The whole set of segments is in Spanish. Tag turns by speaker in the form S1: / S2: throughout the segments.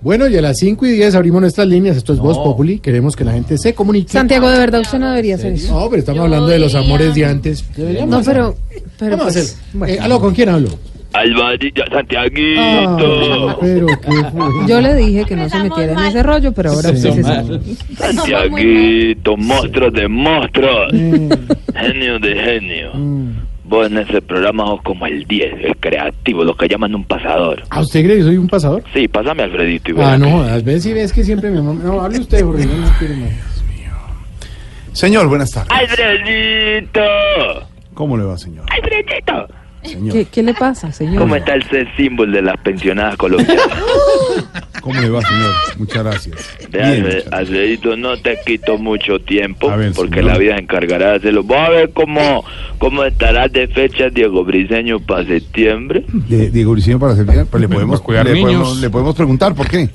S1: Bueno, y a las 5 y 10 abrimos nuestras líneas. Esto es Voz Populi. Queremos que la gente se comunique.
S2: Santiago, de verdad, usted no debería hacer eso.
S1: No, pero estamos hablando de los amores de antes. Deberíamos
S2: No,
S1: hacer-
S2: pero. pero
S1: Vamos a
S2: pues,
S1: hacerlo. Eh, aló, ¿con quién hablo?
S3: Alvarito,
S1: Ah,
S3: Santiaguito,
S1: pero qué fue.
S2: Yo le dije que no se metiera en ese rollo, pero ahora usted se salió.
S3: Santiaguito, monstruos de monstruos, genio de genio.
S1: Mm.
S3: Vos en ese programa sos como el 10, el creativo, lo que llaman un pasador.
S1: ¿A usted cree que soy un pasador?
S3: Sí, pásame Alfredito y
S1: Ah,
S3: verás.
S1: no, a veces es que siempre me... mam- No, hable usted, Jorge, yo no quiero más.
S4: Señor, buenas tardes.
S3: ¡Alfredito!
S4: ¿Cómo le va, señor?
S3: ¡Alfredito!
S2: ¿Qué,
S4: Señor,
S2: qué le pasa, señor?
S3: ¿Cómo está el ser símbolo de las pensionadas colombianas?
S4: ¿cómo le va, señor? Muchas gracias.
S3: De
S4: Bien,
S3: Alfred-
S4: muchas gracias.
S3: Alfredito, no te quito mucho tiempo
S4: A ver,
S3: porque
S4: señor.
S3: la vida se encargará de hacerlo. Vamos a ver cómo, cómo estarás de fecha Diego Briseño para septiembre.
S4: De- Diego Briceño para servir, pero le podemos
S5: cuidar
S4: le
S5: niños.
S4: podemos- le podemos preguntar por qué.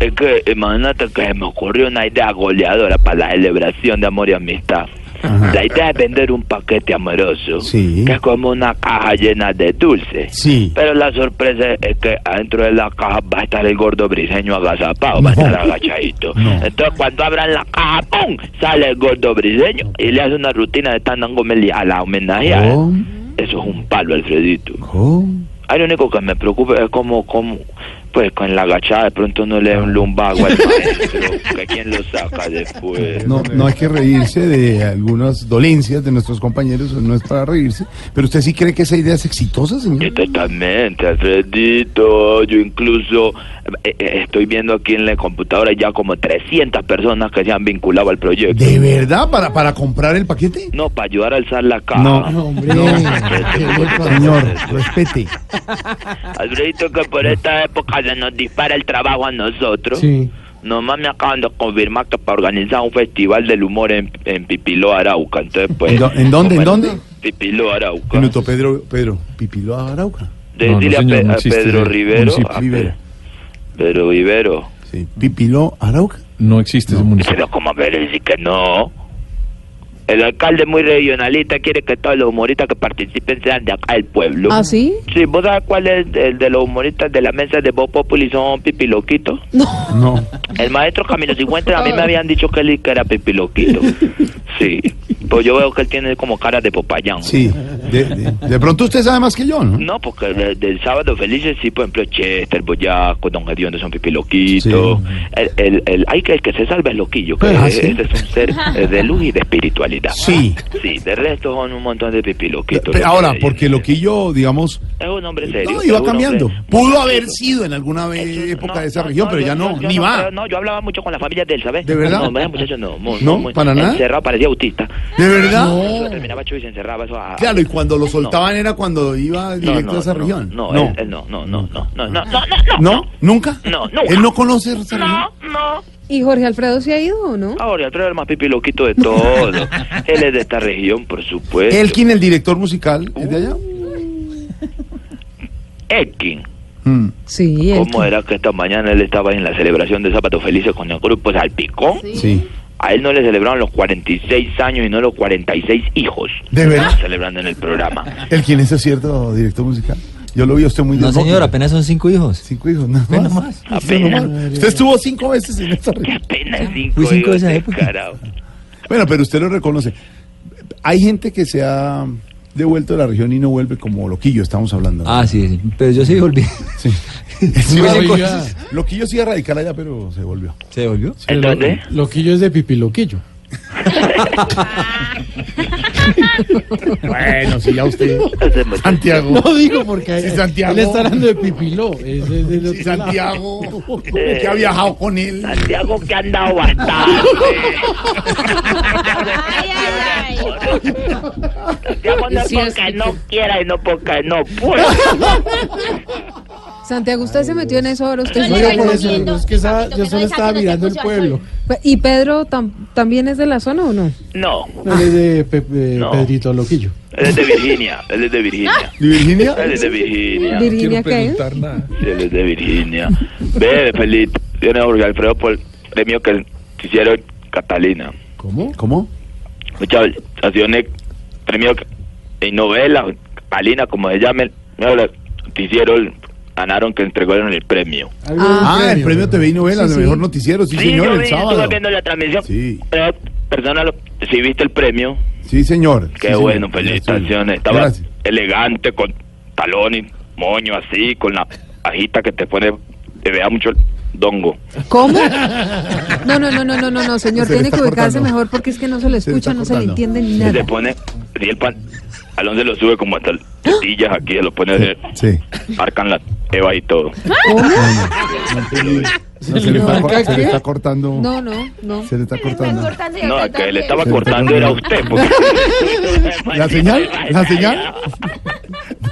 S3: Es que imagínate que se me ocurrió una idea goleadora para la celebración de amor y amistad.
S4: Ajá.
S3: La idea es vender un paquete amoroso,
S4: Sí.
S3: que es como una caja llena de dulces.
S4: Sí.
S3: Pero la sorpresa es que adentro de la caja va a estar el gordo briseño agazapado, va a estar agachadito.
S4: No.
S3: Entonces cuando abran la caja, ¡pum! sale el gordo briseño y le hace una rutina de Tandan Gómez Lía a la homenajeada.
S4: Oh.
S3: Eso es un palo, Alfredito.
S4: Oh.
S3: Ay, lo único que me preocupa es como, como, pues con la agachada de pronto no le da un lumbago al maestro, que quién lo saca después.
S4: No, no hay que reírse de algunas dolencias de nuestros compañeros, no es para reírse. Pero usted sí cree que esa idea es exitosa,
S3: Y
S4: señor.
S3: Totalmente, Alfredito. Yo incluso eh, eh, estoy viendo aquí en la computadora ya como 300 personas que se han vinculado al proyecto.
S4: ¿De verdad? ¿Para, para comprar el paquete?
S3: No, para ayudar a alzar la caja.
S1: No, hombre.
S4: No,
S1: qué loco.
S4: señor, respete.
S3: Alfredito, que por esta época se nos dispara el trabajo a nosotros.
S1: Sí.
S3: Nomás me acaban de confirmar que para organizar un festival del humor en, en Pipiló, Arauca. Entonces, pues,
S4: ¿En do- en dónde, en
S3: bueno,
S4: dónde?
S3: Pipiló, Arauca.
S4: Minuto, Pedro, Pedro, Pipilo Arauca.
S5: No, no,
S3: Decirle a
S5: señor,
S3: Pe-
S5: no
S3: a,
S5: existe
S3: Pedro
S5: ese
S3: Rivero.
S5: municipio.
S3: a Pe-
S4: Rivera.
S3: Pedro Rivero.
S4: Sí, Pipilo Arauca.
S5: No existe ese municipio.
S3: Pero como me dice que no. El alcalde muy regionalista quiere que todos los humoristas que participen sean de acá del pueblo.
S2: ¿Ah, sí?
S3: Sí, ¿vos sabes cuál es el de los humoristas de la mesa de Voz Populi? Son pipiloquitos.
S2: No.
S4: No.
S3: El maestro Camilo Cifuentes a mí me habían dicho que él que era pipiloquito. Sí. Pues yo veo que él tiene como cara de popayán.
S4: Sí, de, de- de pronto usted sabe más que yo, ¿no?
S3: No, porque de- del sábado felices sí, por ejemplo, Chester, Boyaco, Don Gediondo son pipiloquitos.
S4: Sí.
S3: El, el, el, ay, que el que se salva es loquillo, que
S4: Ah,
S3: es-
S4: ¿sí?
S3: ese es un ser eh, de luz y de espiritualidad.
S4: Sí.
S3: Sí, de resto son un montón de pipiloquitos.
S4: Pero
S3: los
S4: ahora,
S3: que-
S4: porque Loquillo, digamos,
S3: Es un hombre serio.
S4: no,
S3: es un
S4: iba
S3: hombre-
S4: cambiando. Pudo haber sido en alguna
S3: Eso-
S4: vez época
S3: no,
S4: de esa
S3: no,
S4: región,
S3: no,
S4: pero
S3: yo-
S4: ya no,
S3: yo- yo
S4: ni
S3: no,
S4: va.
S3: pero No, yo hablaba mucho con la familia de él, ¿sabes?
S4: ¿De verdad?
S3: No, no, muchacho, no. muy-
S4: ¿No?
S3: muy-
S4: ¿Para nada?
S3: Encerrado, parecía autista.
S4: ¿De verdad?
S3: Eso terminaba hecho y se encerraba eso a-
S4: Claro, y cuando lo soltaban era cuando iba directo a esa región.
S3: No, él- él no, no, no, no, no, no, no, no,
S4: ¿No? ¿Nunca?
S3: No, nunca.
S4: ¿Él no conoce esa región?
S3: No, no.
S2: ¿Y Jorge Alfredo se ha ido o no?
S3: Ahora, otro es el más pipiloquito de todo. Él es de esta región, por supuesto.
S4: ¿Elkin, el director musical, es de allá?
S3: Elkin.
S4: Mm.
S2: Sí, él.
S3: ¿Cómo era que esta mañana él estaba en la celebración de Zapatos Felices con el grupo Salpicón?
S4: Sí.
S3: A él no le celebraron los 46 años y no los 46 hijos.
S4: ¿De verdad?
S3: Están Celebrando en el programa.
S4: ¿Elkin es el cierto director musical? Yo lo vi a usted muy
S6: No,
S4: desmoque.
S6: señor, apenas son cinco hijos.
S4: Cinco hijos, nada más.
S6: Apenas más.
S4: Usted, nomás.
S3: Apenas.
S4: Usted estuvo cinco veces en esta
S3: Que
S4: región.
S3: apenas cinco
S6: Fui cinco
S3: hijos,
S6: de esa época.
S3: descarado.
S4: Bueno, pero usted lo reconoce. Hay gente que se ha devuelto de la región y no vuelve como Loquillo, estamos hablando.
S6: Ah, sí, sí. Pero yo sí volví.
S4: Sí.
S6: Sí,
S4: Bueno,
S6: volví.
S4: entonces, Loquillo sí iba a radical allá, pero se volvió.
S6: ¿Se volvió?
S3: ¿En dónde?
S1: Loquillo es de pipiloquillo. bueno, sí, ya usted.
S4: Santiago.
S1: No digo porque
S4: Sí, Santiago.
S1: él está hablando de pipiló. Ese es del
S4: Sí,
S1: otro lado.
S4: Santiago,
S3: eh,
S4: que ha viajado con él.
S3: Santiago que ha andado bastante. Santiago no
S2: Y
S3: es
S2: sí,
S3: porque
S2: es-
S3: pues. no quiera y no porque no pueda.
S2: Santiago, usted se metió en eso ahora. Usted
S5: Yo
S1: No,
S5: le
S1: yo
S2: sabe.
S1: por eso,
S5: recomiendo,
S1: es que esa-
S5: papito,
S1: yo
S5: que
S1: solo
S5: no
S1: estaba
S5: desayune,
S1: mirando el
S5: que escucho al
S1: pueblo.
S2: ¿Y Pedro tam- también es de la zona o no?
S3: No,
S1: Él es de Pe- de
S3: No.
S1: Pedrito Loquillo.
S3: él es de Virginia, él es de Virginia.
S4: ¿De Virginia?
S3: Él es de Virginia.
S2: Virginia, ¿qué es?
S7: nada.
S3: Sí, Él es de Virginia. Ve, Felipe, viene Jorge Alfredo por el premio que hicieron Catalina.
S4: ¿Cómo? ¿Cómo?
S3: Muchas acciones, premio en novela, Catalina, como se llame, no, los noticieros ganaron que entregaron el premio.
S1: Algo
S2: Ah,
S1: de
S4: Ah,
S1: un
S4: el premio TV y novelas,
S2: Sí,
S4: el
S2: sí.
S4: mejor noticiero, sí, señor,
S3: yo
S4: el
S3: vi,
S4: sábado.
S3: estuve viendo la transmisión.
S4: Sí.
S3: Pero, persona, lo- sí viste el premio.
S4: Sí, señor.
S3: Qué
S4: Sí, señor.
S3: bueno, felicitaciones. Estaba
S4: Gracias.
S3: elegante, con talón y moño así, con la pajita que te pone, te vea mucho el dongo.
S2: ¿Cómo? No, no, no, no, no, no, no, señor,
S4: Se le
S2: tiene
S4: está
S2: que ubicarse
S4: cortando.
S2: mejor porque es que no se le
S4: Se le está
S2: escucha, no se le
S4: cortando.
S2: entiende ni
S3: Y
S2: nada.
S3: se pone, y el pantalón se lo sube como hasta las tetillas aquí, se lo pone, se
S4: Sí.
S3: marcan la eva y todo.
S4: No, se, le está, cor- se le está cortando.
S2: No, no, no.
S4: Se le está cortando.
S5: cortando y
S3: No,
S5: acá
S3: el que le
S5: también.
S3: estaba cortando era usted. porque-
S4: ¿La señal? ¿La señal?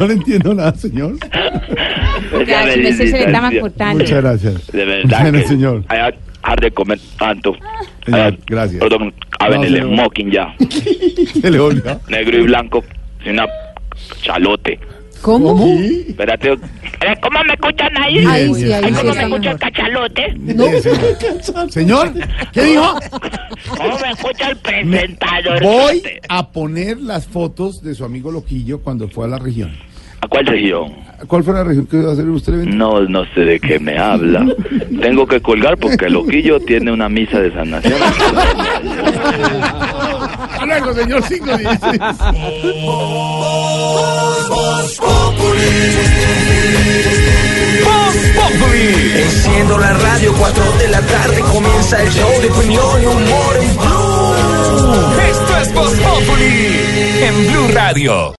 S4: No le entiendo nada, señor.
S3: Esa felicitación.
S4: Muchas gracias.
S3: De verdad.
S4: Bueno,
S3: que
S4: señor.
S3: Hay que dejar de comer tanto.
S4: Señor,
S3: Hay que-
S4: gracias.
S3: Perdón, a ver,
S4: No,
S3: el
S4: señor.
S3: smoking ya.
S4: Se le olvidó.
S3: Negro y blanco. y una chalote.
S2: ¿Cómo?
S4: Sí.
S3: Espérate. eh, ¿Cómo me escuchan ahí?
S2: Ahí sí, ahí sí
S3: ¿Cómo me
S2: está
S3: escucha el
S2: mejor.
S3: cachalote?
S4: Sí, señor. Señor, ¿qué dijo?
S3: ¿Cómo me escucha el presentador?
S4: Voy a poner las fotos de su amigo Loquillo cuando fue a la región.
S3: ¿A cuál región?
S4: ¿Cuál fue la región que iba a hacer usted el evento?
S3: No, no sé de qué me habla. Tengo que colgar porque Loquillo tiene una misa de sanación.
S4: Hasta luego, señor 516.
S8: Enciendo la radio, 4 de la tarde comienza el show de opinión y humor en Blue.
S7: Esto es Voz Populi en Blue Radio.